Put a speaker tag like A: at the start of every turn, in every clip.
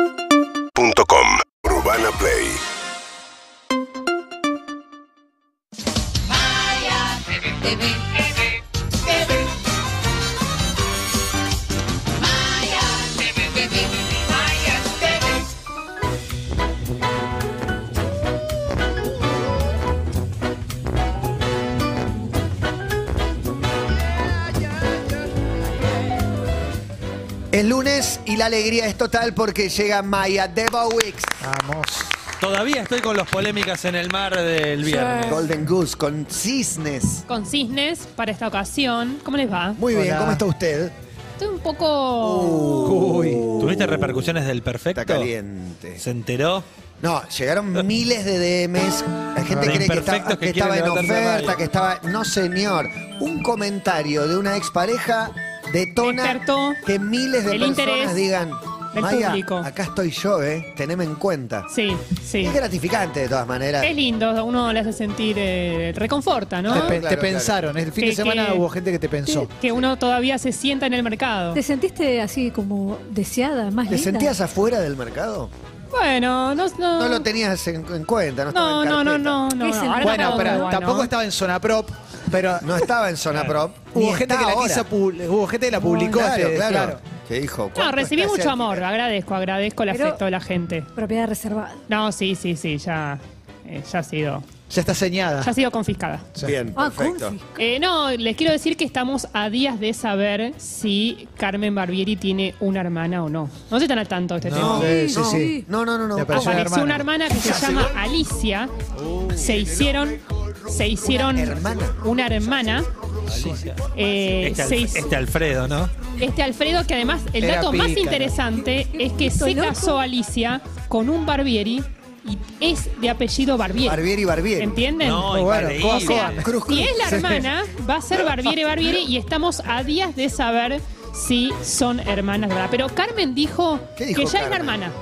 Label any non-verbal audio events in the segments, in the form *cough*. A: UrbanaPlayFM.com Urbana Play
B: Maya TV. Maya TV. Maya TV.
C: Es lunes y la alegría es total porque llega Maya Deva Wicks,
D: Vamos.
E: Todavía estoy con los polémicas en el mar del viernes.
C: Golden Goose con cisnes.
F: con cisnes para esta ocasión. ¿Cómo les va?
C: Muy bien,
D: Hola.
C: ¿cómo está usted?
F: Estoy un
D: Uh,
F: poco.
E: ¿Tuviste repercusiones del perfecto?
C: Está caliente.
E: ¿Se enteró?
C: No,
D: *laughs*
C: llegaron miles de DMs. La gente
E: De
C: cree que, estaba-
E: imperfectos que
C: que estaba en
E: quieren levantarse a
C: oferta,
E: radio.
C: que estaba. No, señor. Un comentario de una expareja detona
F: Despertó
C: que miles de
F: el
C: personas
F: interés
C: digan.
F: del
C: Maya,
F: público".
C: acá estoy yo, ¿eh? Teneme en cuenta.
F: Sí, sí. ¿Eh?
C: Es gratificante de todas maneras. Ah,
F: Es lindo, uno le hace sentir eh, reconforta, ¿no?
D: Te, pe-
C: Claro,
D: te
C: claro.
D: pensaron. El fin
F: Que-
D: de semana
F: que-
D: hubo gente que te pensó.
F: Que uno todavía se sienta en el mercado.
G: ¿Te sentiste así como deseada, más
C: ¿Te
G: linda?
C: sentías afuera del mercado?
F: Bueno, no. No,
C: No lo tenías en, en cuenta, no estaba
F: no,
C: en
F: no, no,
C: carpeta.
F: no, no,
G: Es el-
F: ahora
G: Bueno,
F: tampoco,
G: pero
F: bueno.
D: Tampoco estaba en zona prop, pero
C: No estaba en zona prop. ni
D: hubo, gente que
C: está
D: la
C: ahora.
D: quiso pub- hubo gente que la publicó.
C: Claro,
D: este,
C: claro.
D: claro.
C: Que dijo,
F: No,
C: ¿cuánto
F: recibí
C: está ese
F: mucho amor,
C: alquiler?
F: agradezco, agradezco el
G: Pero-
F: afecto de la gente.
G: Propiedad reservada.
F: No, sí, sí, sí, ya, eh, ya ha sido,
D: Ya está señada.
F: ya ha sido confiscada.
C: Bien,
G: Ah,
C: perfecto.
G: confi.
F: Eh, no, les quiero decir que estamos a días de saber si Carmen Barbieri tiene una hermana o no. No se están al tanto de este
D: No,
F: tema.
D: sí,
G: Sí,
D: sí, sí.
C: No, no, no, no.
D: Me parece-
C: Ah,
F: Apareció una
D: hermana.
F: hermana que se llama Alicia. Se hicieron, se hicieron
C: Uh. Una hermana.
F: una hermana. Eh,
E: Este, Alf-
F: se hizo-
E: este Alfredo, ¿no?
F: este Alfredo, que además el
D: Era
F: dato más
D: pícaro.
F: interesante es que se
G: loco.
F: casó Alicia con un Barbieri y es de apellido Barbieri.
C: Barbieri, Barbieri.
F: ¿Entienden?
D: Muy bueno,
E: increíble.
F: O sea,
C: Cruz,
F: si
C: cruz.
F: es la hermana, va a ser Barbiere Barbiere y estamos a días de saber si son hermanas, de ¿verdad? Pero Carmen dijo,
C: ¿Qué dijo
F: que ya es la
C: Carmen?
F: hermana,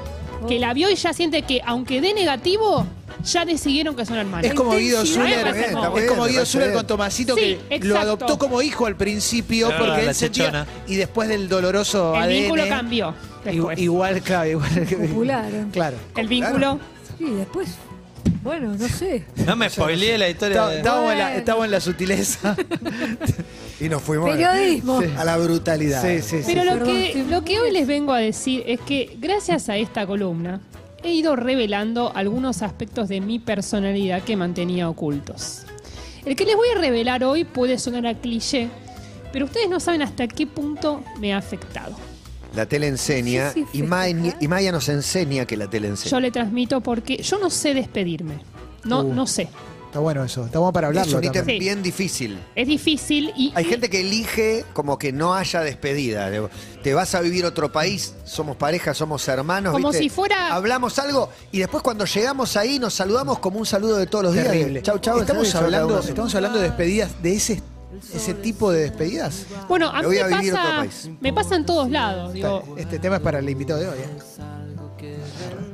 F: que la vio y ya siente que, aunque dé negativo, ya decidieron que son hermanas.
D: Es como Guido
G: Intensidad.
D: Zuller. ¿eh?
F: Está bien, está
D: Es
C: bien,
D: como
C: me
D: Guido
C: parece
D: Zuller
C: bien.
D: con Tomasito
F: Sí,
D: que
F: exacto.
D: lo adoptó como hijo al principio
E: Ah,
D: porque
E: la
D: él sentía.
E: chechona.
D: Y después del doloroso
F: El
D: ADN.
F: vínculo cambió después.
D: igu- Igual, claro, igual.
G: Copularon.
D: Claro.
F: El vínculo.
G: Sí, después. Bueno, no sé.
E: No me spoileé la historia.
D: Está-
E: de-
D: Estábamos en, la,
G: Bueno.
D: estábamos en la sutileza.
C: *laughs* Y nos fuimos
G: Periodismo.
C: a la brutalidad.
D: Sí, sí, sí.
F: Pero lo,
G: Perdón,
F: que,
G: estoy
F: lo que hoy les vengo a decir es que gracias a esta columna he ido revelando algunos aspectos de mi personalidad que mantenía ocultos. El que les voy a revelar hoy puede sonar a cliché, pero ustedes no saben hasta qué punto me ha afectado.
C: La tele enseña
G: Sí, sí,
C: y, Maya,
G: festejar.
C: y Maya nos enseña que la tele enseña.
F: Yo le transmito porque yo no sé despedirme. No,
D: Uh.
F: no sé.
D: Está bueno eso. Está bueno para
C: es
D: hablarlo.
C: un ítem
D: también.
F: Sí.
C: bien difícil.
F: Es difícil y...
C: Hay gente que elige como que no haya despedida. Digo, Te vas a vivir a otro país, somos pareja, somos hermanos.
F: Como
C: ¿viste?
F: si fuera-
C: Hablamos algo y después cuando llegamos ahí nos saludamos como un saludo de todos los
D: Terrible.
C: días. Chau, chau.
D: Estamos
C: chau, chau,
D: hablando,
C: cada uno.
D: estamos hablando de despedidas, de ese, ese tipo de despedidas.
F: Bueno, a
C: Me
F: mí
C: voy a
F: me
C: vivir a otro
F: pasa,
C: país.
F: me pasa en todos lados. Digo,
D: este tema es para el invitado de hoy. ¿eh?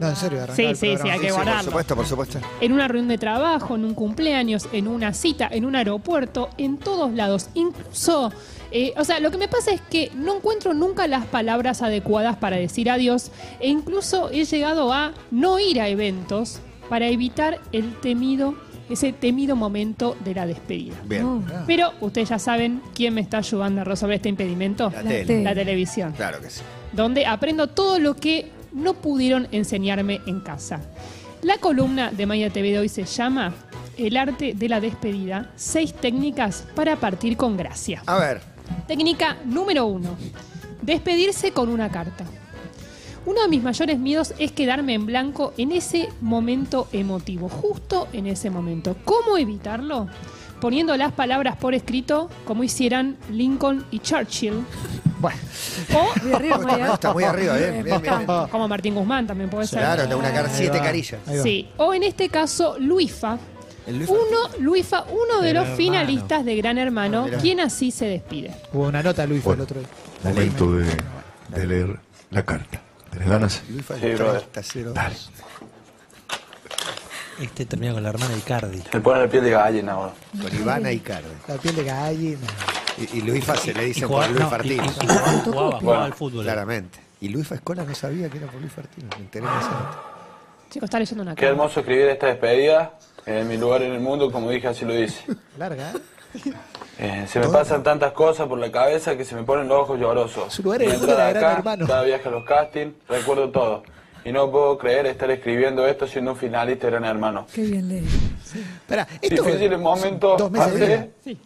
D: No, en serio, arrancaba
F: Sí,
D: el
F: sí,
D: programa.
F: sí, hay que
C: Sí, sí, por
F: guardarlo.
C: supuesto, por supuesto.
F: en una reunión de trabajo, en un cumpleaños, en una cita, en un aeropuerto, en todos lados. Incluso, eh, o sea, lo que me pasa es que no encuentro nunca las palabras adecuadas para decir adiós e incluso he llegado a no ir a eventos para evitar el temido, ese temido momento de la despedida.
C: Bien. Ah.
G: No,
F: Pero ustedes ya saben quién me está ayudando a resolver este impedimento.
C: La
G: La
C: tele.
G: tele.
F: La televisión
C: Claro que sí.
F: donde aprendo todo lo que no pudieron enseñarme en casa. La columna de Maya TV de hoy se llama El arte de la despedida, seis técnicas para partir con gracia.
C: A ver,
F: Técnica número uno, despedirse con una carta. Uno de mis mayores miedos es quedarme en blanco en ese momento emotivo, justo en ese momento. ¿Cómo evitarlo? Poniendo las palabras por escrito, como hicieran Lincoln y Churchill,
D: Bueno,
F: o
G: muy arriba, Maya.
C: está muy arriba, bien, bien, bien. bien.
D: *laughs*
F: como Martín Guzmán también puede ser.
C: Claro, tengo una cara
D: Ahí
C: siete
D: va.
C: carillas.
D: Ahí va.
F: Sí, o en este caso Luifa.
C: El Luis
F: Uno, Luifa, uno de
E: Gran
F: los
E: Hermano.
F: finalistas de Gran Hermano,
C: Ah, Mirá.
F: quien así se despide.
D: hubo una nota, Luis, el otro día.
H: Momento de, de leer la carta. ¿Tenés ganas? Dale.
E: Este termina con la hermana Icardi.
I: Me ponen el pie de gallina ahora.
C: Con Ivana Icardi.
D: La piel de gallina.
C: Y, y Luifa se le dice por
E: jugaba-
C: Luis
E: no, y- y-
C: Martínez.
E: y jugaba- jugaba al fútbol.
C: Claramente. Y Luis Fascola no sabía que era por Luis Fartino. Me enteré más adelante.
F: Chicos, está leyendo una
I: Qué
F: carta.
I: hermoso escribir esta despedida. En mi lugar en el mundo, como dije, así lo dice.
D: Larga, ¿eh?
I: Eh, se me pasan tantas cosas por la cabeza que se me ponen los ojos llorosos.
D: Su lugar en el
I: Mi
D: mundo era
I: entrada
D: Gran
I: acá,
D: Hermano.
I: Cada viaje a los castings, recuerdo todo. Y no puedo creer estar escribiendo esto siendo un finalista de Gran Hermano.
G: Qué bien leí.
D: Pará, esto.
I: Difícil el momento.
D: Dos meses
I: Andrés.
D: de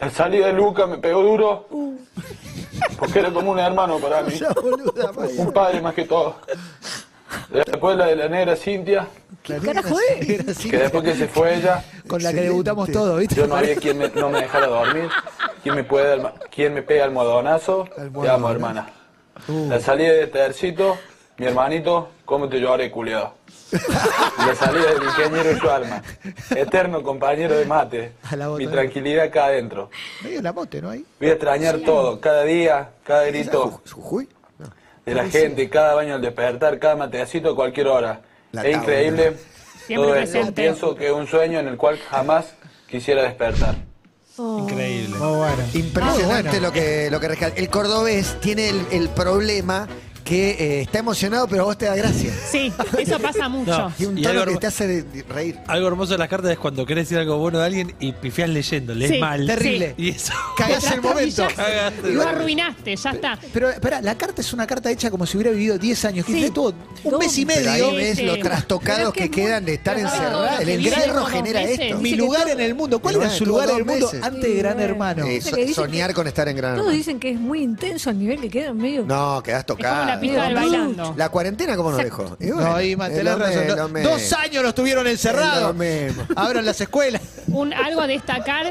I: La salida de Luca me pegó duro. Porque era como un hermano para mí.
D: Uh. Ya, boluda, vaya.
I: Un padre más que todo. Después la de la negra Cintia,
D: La
G: carajo
D: negra-
G: es?
D: negra sí,
I: que después que se fue ella,
D: Con la que debutamos todos,
I: *laughs*
D: ¿viste?
I: yo no había quien me, no me dejara dormir, quien me, puede, alma- quien me pega almohadonazo, te amo hermana. La salida de Tercito, mi hermanito, cómo te lloré, culiado. La salida del ingeniero su alma, eterno compañero de mate,
D: A la
I: mi
D: botonera.
I: tranquilidad acá adentro.
D: Medio la mote, ¿no? Ahí.
I: Voy a extrañar todo, cada día, cada grito
C: ¿Jujuy? No.
I: de la gente, cada baño al despertar, cada matecito a cualquier hora.
C: La
I: es
C: tabla.
I: increíble
F: Siempre
I: todo esto.
F: presente.
I: Pienso que es un sueño en el cual jamás quisiera despertar.
F: Oh.
E: Increíble.
D: Muy bueno.
C: Impresionante lo que, lo que rescata. El cordobés tiene el, el problema que eh, está emocionado, pero a vos te da gracia.
F: Sí, eso
C: *laughs*
F: pasa mucho.
E: No.
C: Y un
E: Y
C: tono
E: algo-
C: que te hace de- de reír.
E: Algo hermoso de las cartas es cuando querés decir algo bueno de alguien y pifiás leyendo, lees
F: Sí,
E: mal.
D: Terrible.
E: Y eso.
D: Cagás el momento.
E: Cagaste.
F: Lo arruinaste, ya está.
D: Pero, espera, la carta es una carta hecha como si hubiera vivido 10 años. Que
G: Sí.
D: usted tuvo un
G: Dos.
D: mes y
C: Pero
D: medio.
C: ahí
F: Sí,
C: ves
F: sí.
C: los trastocados
G: Pero es
C: que,
G: que es muy-
C: quedan de estar
G: Pero es
C: encerrados.
G: todo
C: El
G: lo que viene
C: encierro
F: todos
C: genera
F: meses.
C: esto.
D: Mi
G: Dice que
D: lugar
G: todo-
D: en el mundo. ¿Cuál
C: Pero
D: era
C: bueno,
D: su
C: tuvo
D: lugar en
C: dos
D: el mundo
C: meses.
D: antes de Gran Hermano?
C: Eh, so-
G: que dicen
C: soñar
G: que-
C: con estar en Gran
G: Todos
C: Hermano.
G: dicen que es muy intenso al nivel que quedan medio.
C: No, quedás
F: Es como la
C: tocado.
F: pista del bailando.
C: La cuarentena, ¿cómo nos dejó? Y bueno,
D: no, Ima,
C: es
D: tenés
C: lo
D: razón.
C: mismo,
D: Do-
C: lo mismo.
D: Dos años los tuvieron
C: Es
D: encerrados.
C: lo mismo.
D: Ahora en
C: *laughs*
D: las escuelas.
F: Un, algo a destacar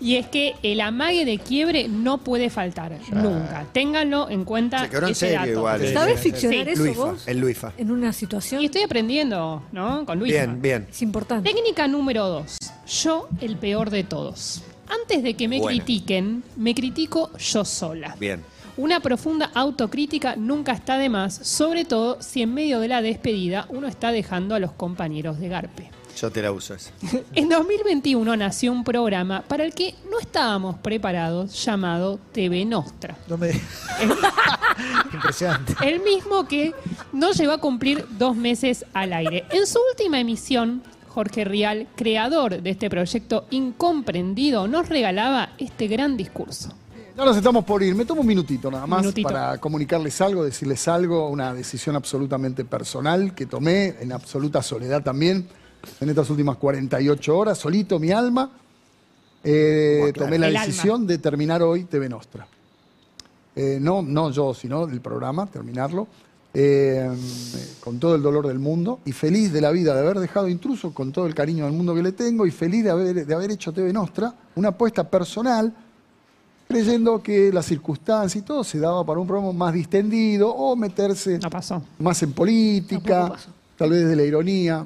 F: y es que el amague de quiebre no puede faltar nunca. Ténganlo en cuenta.
C: Se quebró en
F: ese
C: serio
F: dato.
C: igual. eh.
G: ¿Sabes ficcionar
F: Sí.
G: eso
C: Luifa,
G: vos?
C: el Luifa.
G: En una
F: Y
G: situación.
F: estoy aprendiendo, ¿no? Con Luis.
C: Bien, bien.
G: Es importante.
F: Técnica número dos. Yo, el peor de todos. Antes de que me
C: Buena.
F: critiquen, me critico yo sola.
C: Bien.
F: Una profunda autocrítica nunca está de más, sobre todo si en medio de la despedida uno está dejando a los compañeros de Garpe.
C: Yo te la uso esa.
F: En 2021 nació un programa para el que no estábamos preparados llamado TV Nostra.
D: No me... Impresionante.
F: *laughs* El mismo que no llegó a cumplir dos meses al aire. En su última emisión, Jorge Rial, creador de este proyecto incomprendido, nos regalaba este gran discurso.
J: No nos estamos por ir. Me tomo un minutito nada más
F: Minutito.
J: para comunicarles algo, decirles algo, una decisión absolutamente personal que tomé en absoluta soledad también en estas últimas 48 horas, solito mi alma. Eh, Tomé la
F: El alma.
J: decisión de terminar hoy TV Nostra. Eh, no, no yo, sino el programa, terminarlo. eh, con todo el dolor del mundo y feliz de la vida de haber dejado intruso con todo el cariño del mundo que le tengo y feliz de haber, de haber hecho TV Nostra una apuesta personal creyendo que la circunstancia y todo se daba para un programa más distendido o meterse
F: No pasó.
J: más en política,
G: Tampoco pasó.
J: tal vez de la ironía.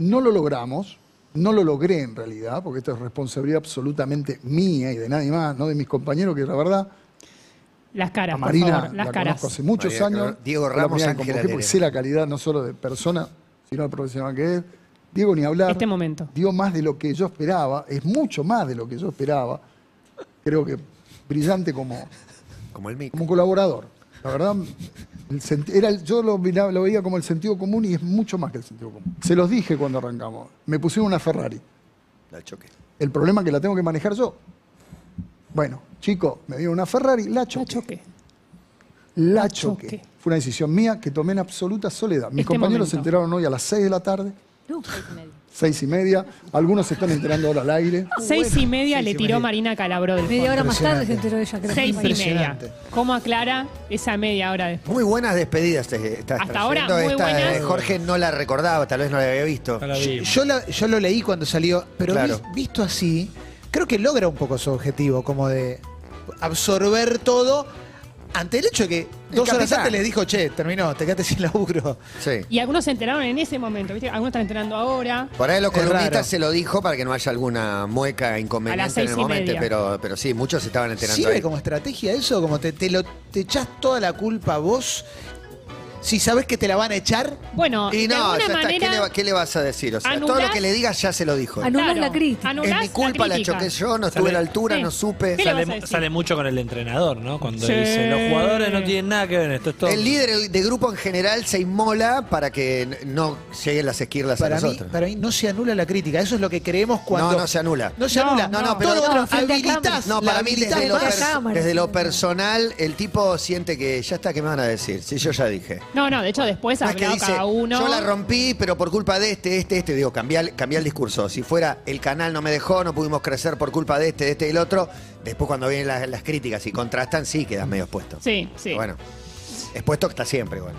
J: No lo logramos, no lo logré en realidad, porque esto es responsabilidad absolutamente mía y de nadie más, no de mis compañeros, que la verdad,
F: Las caras,
J: a
F: por
J: Marina
F: favor, las
J: la
F: caras.
J: conozco hace muchos
C: María,
J: años.
C: Diego
J: Fue la
C: Ramos,
J: primera que
C: Ángela
J: convoqué, porque
C: Lerena.
J: sé la calidad no solo de persona, sino de profesional que es. Diego, ni hablar.
F: Este momento.
J: Dio más de lo que yo esperaba, es mucho más de lo que yo esperaba. Creo que brillante como,
C: Como el mic.
J: como un colaborador. La verdad, el senti- era el- yo lo, miraba- lo veía como el sentido común y es mucho más que el sentido común. Se los dije cuando arrancamos. Me pusieron una Ferrari.
C: La choque.
J: El problema es que la tengo que manejar yo. Bueno, chico, me dieron una Ferrari, la
F: Ya
J: choqué.
F: choqué.
J: La
F: la
J: choqué.
F: choqué.
J: Fue una decisión mía que tomé en absoluta soledad. Mis
F: Este
J: compañeros se
F: momento.
J: enteraron hoy a las 6 de la tarde,
G: No.
J: seis y media. Algunos se están enterando ahora al aire.
F: Seis y media le tiró Marina Calabro del
G: Media hora
F: fondo.
G: más tarde se enteró ella, creo.
F: Seis y media.
D: Impresionante.
F: ¿Cómo aclara esa media hora después?
C: Muy buenas despedidas te estás
F: Hasta
C: trayendo.
F: ahora, muy
C: Esta,
F: buenas.
C: eh, Jorge no la recordaba, tal vez no la había visto.
E: No la vi.
D: Yo, la- yo lo leí cuando salió, pero
C: Claro.
D: vis- visto así, creo que logra un poco su objetivo, como de absorber todo ante el hecho de que dos horas
C: capitán.
D: antes les dijo, che, terminó, te quedaste sin laburo.
C: Sí.
F: Y algunos se enteraron en ese momento, ¿viste? Algunos están enterando ahora.
C: Por ahí los
D: Es raro.
C: columnistas se lo dijo para que no haya alguna mueca e
F: A las
C: inconveniente en
F: seis
C: el
F: y
C: momento,
F: media.
C: pero, pero sí, muchos se estaban enterando
D: ¿Sirve
C: ahí.
D: como estrategia eso? Como te, te lo, te echás toda la culpa a vos si sabes que te la van a echar?
F: Bueno,
C: Y
F: de
C: no,
F: alguna
C: ya está, ¿qué,
F: manera.
C: le, va- qué le vas a decir? O sea, todo lo
F: anulás-
C: que le digas ya se lo dijo.
G: Anulás la crítica.
F: anulás
C: Es mi culpa, la,
F: crítica.
C: choqué yo, no estuve a la altura,
F: Sí.
C: no supe.
F: ¿Qué le vas a
E: Sale,
F: decir?
E: sale mucho con el entrenador, ¿no? Cuando
F: Sí.
E: dice, los jugadores no tienen nada que ver en esto. Es todo.
C: El líder de grupo en general se inmola para que n- no lleguen las esquirlas
D: Para
C: a
D: mí,
C: nosotros.
D: para mí no se anula la crítica. Eso es lo que creemos cuando.
C: no, no se anula.
D: No se
F: No,
D: anula.
F: no,
C: no, pero-
D: Todo
G: No,
D: lo
G: frente a
D: habilitas.
G: cámaras.
C: No, para mí
D: habilitas
C: desde lo,
D: más.
G: la
C: pers-
G: cámara.
C: desde lo personal, el tipo siente que ya está, ¿qué me van a decir? Si yo ya dije.
F: No, no, de hecho después
C: No es que
F: habló
C: dice,
F: cada uno.
C: Yo la rompí, pero por culpa de este, este, este. Digo, cambiá, el- cambiá el discurso. Si fuera el canal no me dejó, no pudimos crecer por culpa de este, de este y el otro. Después cuando vienen las, las críticas y contrastan, sí quedas medio expuesto.
F: Sí, sí.
C: Pero Bueno, expuesto está siempre. ¿eh? Bueno.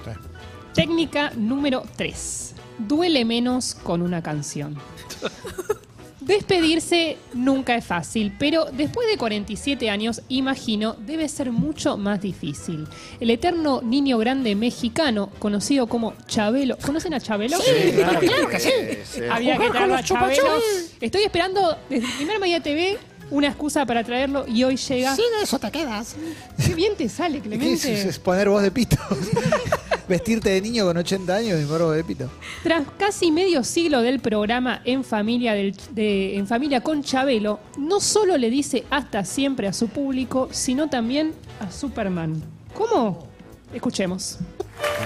F: Técnica número 3. Duele menos con una canción. Despedirse nunca es fácil, pero después de 47 años, imagino, debe ser mucho más difícil. El eterno niño grande mexicano, conocido como Chabelo. ¿Conocen a Chabelo?
C: claro que sí, sí.
F: Había que
G: Jugar con
F: traerlo a
G: los chupa
F: Chabelo.
G: chups.
F: Estoy esperando desde el primer Media TV una excusa para traerlo y hoy llega.
G: Sí, de eso te quedas.
F: Qué bien te sale,
D: ¿Qué es,
F: Clemente.
D: es poner voz de pito? *laughs* Vestirte de niño con 80 años y poner voz de pito.
F: Tras casi medio siglo del programa En Familia, del- de- en familia con Chabelo, no solo le dice hasta siempre a su público, sino también a Superman. ¿Cómo? Escuchemos.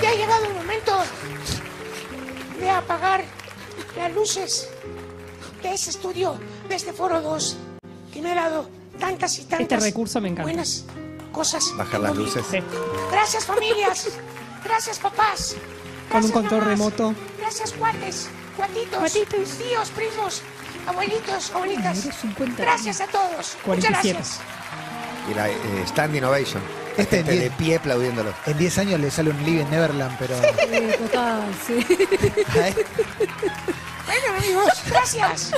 K: Ya ha llegado el momento de apagar las luces de ese estudio, de este foro 2, que me ha dado tantas y tantas
F: Este recurso me encanta.
K: buenas cosas.
C: Bajar las luces.
F: Sí.
K: Gracias familias, gracias papás.
F: Con un
K: gracias,
F: control
K: mamás,
F: remoto.
K: Gracias cuates, cuatitos,
F: Cuatitos.
K: tíos, primos, abuelitos, abuelitas.
G: Eres 50
K: Gracias a todos.
F: 47.
K: Muchas gracias.
C: Y la eh, standing ovation. La
D: Este
C: gente
D: bien.
C: de pie aplaudiéndolo.
D: En 10 años le sale un Live in Neverland,
K: *laughs*
D: pero.
G: Eh, total, sí.
K: Bueno amigos, gracias.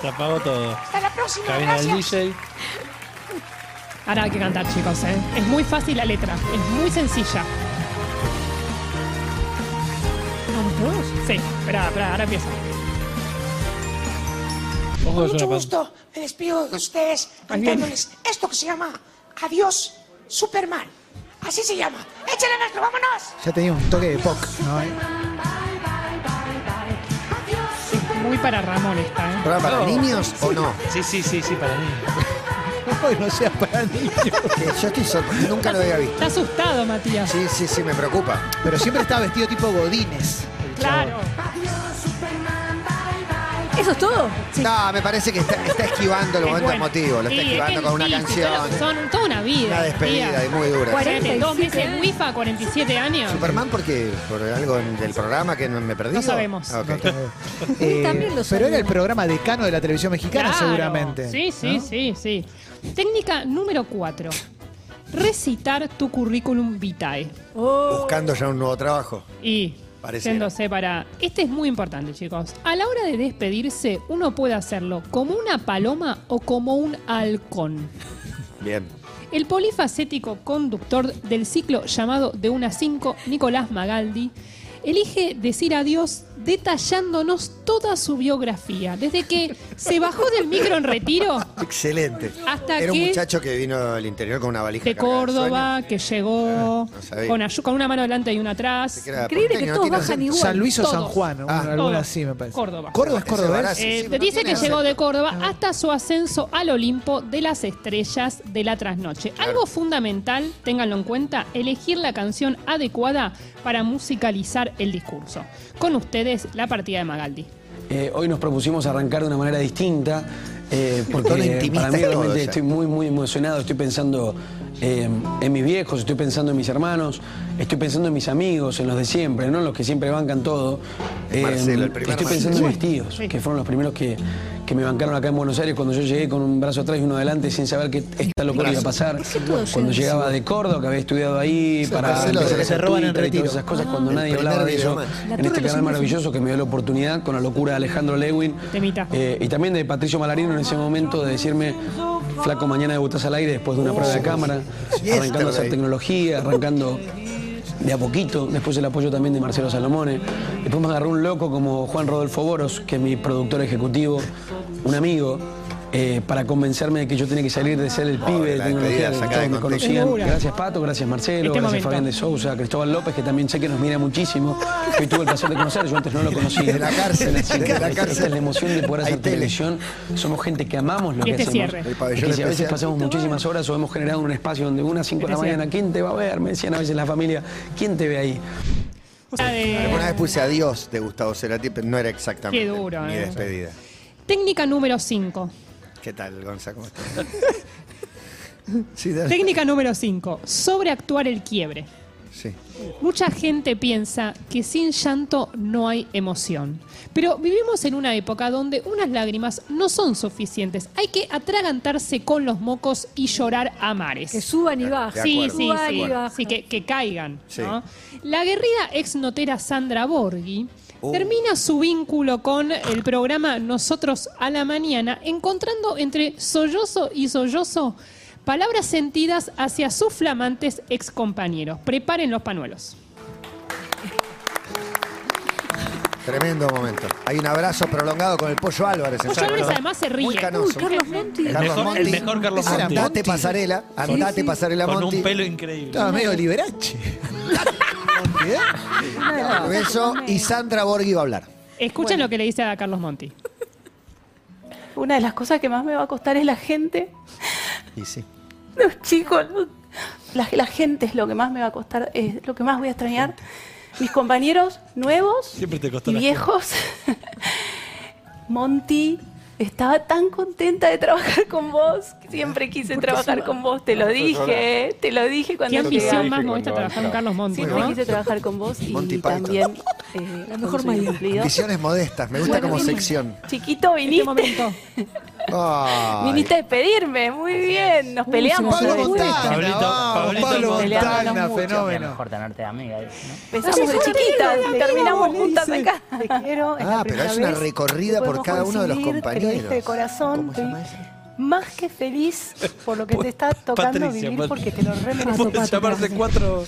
E: Se apagó todo.
K: Hasta la próxima.
E: Cabina del
K: gracias.
E: DJ.
F: Ahora hay que cantar, chicos. ¿eh? Es muy fácil la letra, es muy sencilla.
G: Vamos todos.
F: Sí, espera, espera, ahora empieza.
E: Pongo
K: Con
E: eso
K: mucho
E: en la
K: gusto me despido de ustedes
F: Ahí viene.
K: cantándoles esto que se llama Adiós Superman. Así se llama. Échale nuestro, vámonos.
D: Ya tenía un toque de pop, ¿no?
F: Es muy para Ramón esta, ¿eh?
C: ¿Programa para niños o no?
E: pan- Sí, sí, sí, sí, para mí.
D: *laughs* Ay, no seas para niños.
C: Que yo estoy sorprendido, nunca lo había visto.
F: Está asustado, Matías.
C: Sí, sí, sí, me preocupa.
D: Pero siempre estaba vestido tipo Godines.
F: Claro.
G: ¿Eso es todo?
C: No, me parece que está, está esquivando el
F: Es
C: momento
F: bueno.
C: emotivo. Lo
F: Sí,
C: está
F: es
C: esquivando
F: que
C: con una
F: sí, sí,
C: canción.
F: Son, son toda una vida.
C: Una despedida
F: tía.
C: y muy dura.
G: Cuarenta-
F: Imagínate, Dos
G: 47
F: meses en WIFA, 47 años.
C: Superman porque por algo en- del programa que no me perdí.
F: No sabemos.
C: Ah, ok.
D: Eh,
G: también lo
D: pero
G: sabía.
D: era el programa decano de la televisión mexicana,
F: Claro.
D: seguramente.
F: Sí, sí,
D: ¿no?
F: sí, sí. Técnica número 4. Recitar tu currículum vitae.
G: Oh,
C: Buscando ya un nuevo trabajo.
F: Y
C: Pareciera.
F: yéndose para. Este es muy importante, chicos. A la hora de despedirse, uno puede hacerlo como una paloma o como un halcón.
C: Bien.
F: El polifacético conductor del ciclo llamado De una 5, Nicolás Magaldi, elige decir adiós detallándonos toda su biografía, desde que se bajó del micro en retiro
C: Excelente.
F: Hasta
C: Era un
F: que-
C: muchacho que vino al interior con una valija.
F: de
C: cargada
F: Córdoba,
C: sueños.
F: que llegó
C: Ah, no sabía.
F: con, ayu- con una mano adelante y una
C: Así
F: atrás.
C: que era
G: Increíble
C: porteño,
G: que
C: no
G: todos
C: tiene
G: bajan
C: acento.
G: igual.
D: San Luis o
F: Todos.
D: San Juan,
C: Ah.
D: alguna
F: Todos.
D: así me parece.
F: Córdoba.
D: Córdoba es
C: Ese
D: Córdoba.
C: balazo,
F: Eh,
C: Ah, sí, pero
F: dice
C: tiene
F: que
C: acento.
F: llegó de Córdoba hasta su ascenso al Olimpo de las estrellas de la trasnoche. Algo fundamental, ténganlo en cuenta, elegir la canción adecuada para musicalizar el discurso. Con ustedes, la partida de Magaldi.
L: Eh, hoy nos propusimos arrancar de una manera distinta, eh, porque
C: Tono
L: eh,
C: intimista
L: para mí
C: y todo
L: realmente
C: ya.
L: estoy muy, muy emocionado. Estoy pensando eh, en mis viejos, estoy pensando en mis hermanos, estoy pensando en mis amigos, en los de siempre, no en los que siempre bancan todo. Eh,
C: Marcelo, el primer
L: estoy pensando en mis tíos,
F: Sí.
L: que fueron los primeros que, que me bancaron acá en Buenos Aires cuando yo llegué con un brazo atrás y uno adelante sin saber que esta locura iba a pasar.
G: Es que todo
L: Cuando
G: llega
L: llegaba de Córdoba, que había estudiado ahí, para
C: Marcelo,
L: empezar
C: de-
L: a hacer
D: te roban en
L: Twitter y
D: retiro.
L: todas esas cosas cuando nadie
C: primer
L: hablaba de
C: video
L: eso
C: más.
G: La
L: en este
G: Torre de los
L: canal
G: Hombres.
L: maravilloso que me dio la oportunidad con la locura de Alejandro Lewin
F: Temita.
L: eh, y también de Patricio Malarino en ese momento de decirme, flaco, mañana debutás al aire después de una prueba de cámara,
D: este
L: arrancando a hacer tecnología, arrancando de a poquito, después el apoyo también de Marcelo Salomone, después me agarró un loco como Juan Rodolfo Boros, que es mi productor ejecutivo, un amigo, eh, para convencerme de que yo tenía que salir de ser el pibe de
C: Oh, la
L: tecnología de
C: despedida
L: que
C: sacada de
L: todos me
C: contexto.
L: conocían.
C: Segura.
L: Gracias Pato, gracias Marcelo,
C: Este
L: gracias
C: momento.
L: Fabián de Sousa, Cristóbal López, que también sé que nos mira muchísimo, que hoy tuve el placer de conocer, yo antes no lo conocía.
C: De la cárcel,
L: Esta es
C: de la
L: esta
C: cárcel.
L: es la emoción de poder
C: Hay
L: hacer
C: tele.
L: televisión. Somos gente que amamos lo
C: Y
L: que
C: este
L: hacemos.
C: cierre. El
L: Y
C: pabellón
L: que si a veces
C: especial.
L: pasamos muchísimas horas o hemos generado un espacio donde una a 5 de la
F: Este
L: mañana, ¿quién te va a ver? Me decían a veces la familia, ¿quién te ve ahí?
F: La de-
C: Alguna vez puse adiós de Gustavo Cerati, pero no era exactamente
F: Qué duro,
C: mi
F: eh.
C: despedida.
F: Técnica número
C: *laughs*
F: 5.
C: ¿Qué tal, Gonza? ¿Cómo estás?
F: *laughs*
C: sí, dale.
F: Técnica número 5. Sobreactuar el quiebre.
C: Sí.
F: Mucha gente piensa que sin llanto no hay emoción. Pero vivimos en una época donde unas lágrimas no son suficientes. Hay que atragantarse con los mocos y llorar a mares. Que
G: suban y bajen.
F: Sí,
G: De
F: sí,
G: acuerdo.
F: sí.
G: Suban y bajen.
F: Sí, que, que caigan.
G: Sí.
F: ¿no? La guerrida exnotera Sandra Borghi
C: Uh.
G: Oh.
F: termina su vínculo con el programa Nosotros a la Mañana encontrando entre sollozo y sollozo palabras sentidas hacia sus flamantes excompañeros. Preparen los panuelos.
C: Tremendo momento. Hay un abrazo prolongado con el Pollo Álvarez. en
F: Pollo
C: Sálvaro.
F: Álvarez además se ríe.
C: Muy canoso.
F: Uy, Carlos Monti.
C: Carlos
E: El mejor-
C: Monti.
E: el mejor Carlos
C: Andate
E: Monti.
C: Andate pasarela, andate
E: Sí, sí.
C: pasarela
E: Con un
C: Monti.
E: pelo increíble.
D: Estaba medio liberache.
C: ¿eh? Beso y Sandra Borghi va a hablar.
F: Escuchen lo que le dice a Carlos Monti.
M: *laughs* Una de las cosas que más me va a costar es la gente. *laughs*
C: Y sí.
M: Los chicos, los- la, la gente es lo que más me va a costar, es lo que más voy a extrañar. Mis compañeros nuevos
E: Siempre te costó
M: y
E: la
M: viejos. *laughs* Monty, estaba tan contenta de trabajar con vos. que Siempre quise trabajar con vos, te lo
F: Vamos a
M: dije, te lo dije cuando
F: Qué ambición
M: llegaba.
F: más modesta trabajar con Carlos Monti,
M: Siempre
F: ¿no?
M: quise trabajar con vos y
C: Monty Python.
M: también eh, la
G: mejor manera.
C: Visiones modestas, me gusta
M: Bueno,
C: como
M: bien.
C: sección.
M: Chiquito, viniste.
C: Ay.
M: Viniste a despedirme, muy bien. Nos peleamos. ¿eh?
D: Pablo
M: ¿sabes?
D: Montana, Pablito- vamos, Pablito Pablo Montana,
M: Peleándonos mucho.
D: fenómeno.
N: mejor tenerte de amiga. ¿no?
M: Empezamos de
D: Ay,
M: chiquitas,
D: amigo,
M: terminamos
D: le
M: juntas
D: dice.
M: acá. Te quiero.
C: Ah, pero es una recorrida por cada uno de los compañeros.
M: de corazón. Estoy más que feliz por lo que te está tocando
E: Patricia,
M: vivir
E: Pat-
M: porque te lo
E: *laughs*
M: remereces.
E: Puede llamarse cuatro.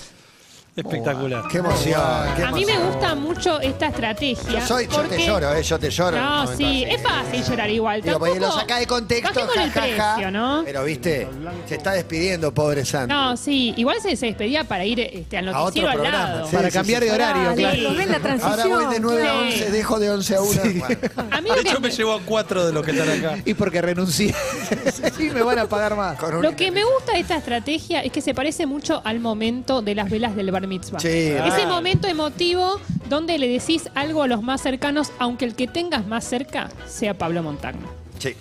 E: Espectacular.
C: Qué emoción. qué
F: A mí me
C: emoción.
F: gusta mucho esta estrategia.
C: Yo soy, yo te
F: porque-
C: lloro, eh, yo te lloro. en un
F: No,
C: momento
F: sí,
C: así.
F: es fácil llorar igual.
C: Digo, porque
F: Tampoco...
C: lo saca de contexto,
F: Bajemos el
C: ja, ja, ja.
F: precio, ¿no?
C: Pero viste, se está despidiendo, pobre Sandra.
F: No, sí, igual se, se despedía para ir este, al
C: A otro
F: noticiero al
C: programa,
F: lado.
C: sí, Para sí, cambiar sí. de horario,
F: Dale,
C: claro.
F: nos ven
C: Ahora voy de 9 a
F: Sí.
C: 11, dejo de 11 a 1.
F: A mí
E: De hecho, me llevo a cuatro de los que están acá.
D: Y porque renuncié. *laughs* sí, me van a pagar más.
F: Lo que me gusta de esta estrategia es que se parece mucho al momento de las velas del bar mitzvah.
C: Sí.
F: Ese
C: Ah.
F: momento emotivo donde le decís algo a los más cercanos, aunque el que tengas más cerca sea Pablo Montagna.
C: Sí.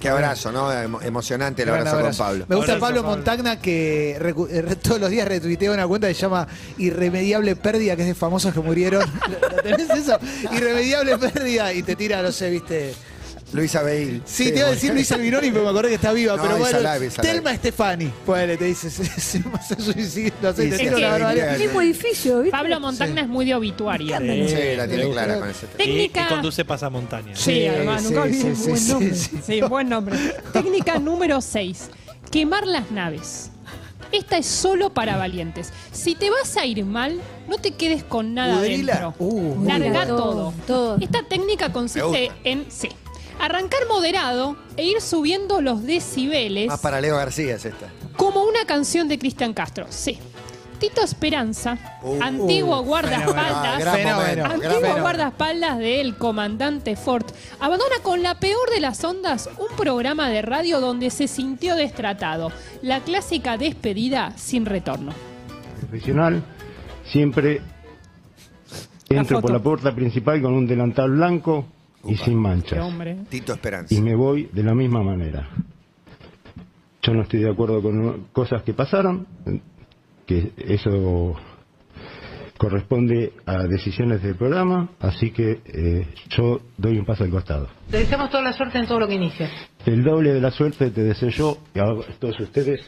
C: Qué abrazo, ¿no? Emo- emocionante el
D: Gran
C: abrazo,
D: abrazo.
C: con Pablo.
D: Me gusta Pablo Montagna que recu- eh, re- todos los días retuitea una cuenta que se llama Irremediable Pérdida, que es de famosos que murieron. *laughs* ¿Lo- lo ¿Tenés eso? Irremediable Pérdida y te tira, no sé, viste.
C: Luisa Beil.
D: Sí, te iba a decir Luisa Albinoni, pero me acordé que está viva.
C: No,
D: pero
C: es
D: bueno,
C: alive, es alive.
D: Telma Stefani. Ponele, te dice, *laughs* se, se pasó suicidio, no sé,
C: Sí,
D: te
C: sí,
D: tira una
C: sí.
D: barbaridad.
C: El mismo
G: edificio, ¿viste?
F: Pablo Montagna es muy de obituario.
C: Sí, la tiene clara con ese tema.
F: Técnica.
E: Y, y conduce pasamontañas.
F: Sí, además, nunca
D: sí,
F: olvidé,
D: sí,
F: buen
D: sí,
F: nombre.
D: sí,
F: Sí, buen nombre. *laughs* Técnica número 6. Quemar las naves. Esta es solo para valientes. Si te vas a ir mal, no te quedes con nada
D: Pudrila.
F: dentro.
D: Uh, muy
F: Larga
D: bien.
F: todo. Esta técnica consiste en sí, arrancar moderado e ir subiendo los decibeles
C: Más Ah, para Leo García es esta.
F: como una canción de Cristian Castro. Sí. Tito Esperanza,
C: Uh,
F: antiguo
C: uh,
F: guardaespaldas,
C: fenómeno. Gran momento, gran
F: antiguo
C: fenómeno.
F: guardaespaldas del comandante Ford, abandona con la peor de las ondas un programa de radio donde se sintió destratado. La clásica despedida sin retorno.
O: profesional, siempre entro por la puerta principal con un delantal blanco y sin manchas.
C: Tito Esperanza.
O: Y me voy de la misma manera. Yo no estoy de acuerdo con cosas que pasaron, que eso corresponde a decisiones del programa, así que eh, yo doy un paso al costado.
P: Le deseamos toda la suerte en todo lo que inicia.
O: El doble de la suerte te deseo yo y a todos ustedes.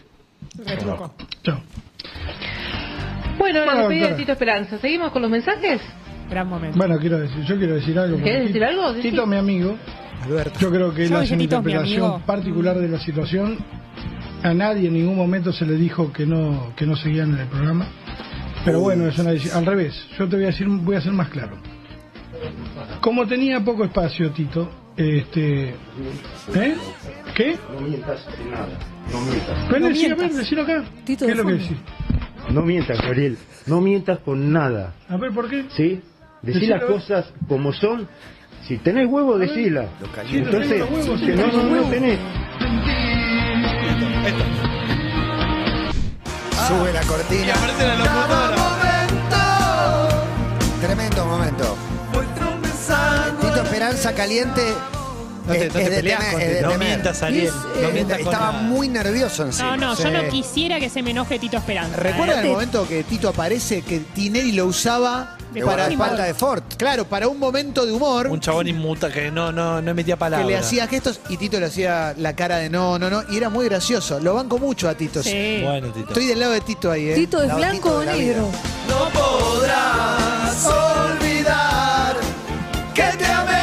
P: Bueno, la
Q: Bueno,
P: despedida de
Q: doctora.
P: Tito Esperanza. ¿Seguimos con los mensajes?
F: Gran momento.
Q: Bueno, quiero decir, yo quiero decir algo.
P: ¿Querés
Q: porque
P: decir algo? Decí.
Q: Tito es mi amigo. Yo creo que él
P: Yo dije, Tito
Q: hace una
P: es mi
Q: interpretación
P: amigo.
Q: particular de la situación. A nadie en ningún momento se le dijo que no, que no seguían en el programa. Pero bueno, es una decisión. Al revés, yo te voy a decir, voy a ser más claro. Como tenía poco espacio Tito, Este, ¿Eh? ¿Qué?
O: No mientas en nada. No mientas.
Q: Ven, decí, a ver, decilo acá. ¿Qué es lo que
O: Fabio.
Q: decís?
O: No mientas, Gabriel. No mientas con nada.
Q: A ver, ¿por qué?
O: ¿Sí? Decí
Q: Decilo,
O: las
Q: a ver.
O: cosas como son. Si tenés huevo, decila.
Q: Sí, lo tengo,
O: Entonces,
Q: los huevos,
O: que
Q: sí,
O: no,
Q: los
O: no, no
Q: huevos.
O: tenés.
C: Sube la cortina. momento. Tremendo momento. Tito Esperanza Caliente.
E: No te-
C: es-
E: no te
C: es de
E: peleas
C: temer,
E: con
C: es de
E: Tito. No
C: temer.
E: mientas, Ariel.
C: Es,
E: No
C: eh,
E: mientas con
C: estaba
E: nada.
C: muy nervioso encima.
F: No, no, yo no quisiera que se me enoje Tito Esperanza.
D: ¿Recuerdan
F: ¿eh?
D: el momento que Tito aparece, que Tinelli lo usaba
F: De
D: para
F: humor.
D: espalda de Ford? Claro, para un momento de humor
E: Un chabón inmuta que no, no, no emitía
D: que
E: palabras.
D: le hacía gestos y Tito le hacía la cara de no, no, no, y era muy gracioso. Lo banco mucho a Tito.
F: Sí.
E: Bueno, Tito.
D: Estoy del lado de Tito ahí, ¿eh?
G: Tito es
D: Lado
G: blanco
D: Tito
G: o
D: de la vida.
G: negro.
D: No podrás olvidar que te amé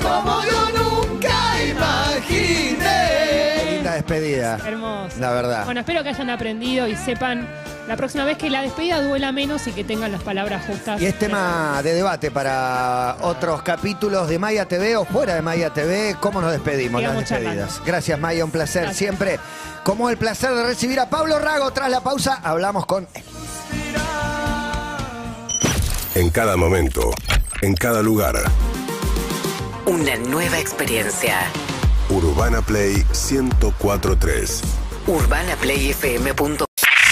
D: como yo nunca imaginé.
C: Linda despedida.
F: Hermoso.
C: La verdad.
F: Bueno, espero que hayan aprendido y sepan la próxima vez que la despedida duela menos y que tengan las palabras justas.
C: Y es tema de debate para otros capítulos de Maya TV o fuera de Maya TV. ¿Cómo nos despedimos las
F: Sigamos
C: despedidas?
F: charlando.
C: Gracias, Maya. Un placer
F: Gracias.
C: siempre. Como el placer de recibir a Pablo Rago. Tras la pausa, hablamos con él.
A: En cada momento, en cada lugar.
N: Una nueva experiencia.
A: Urbana Play 1043.
N: UrbanaPlayFM.com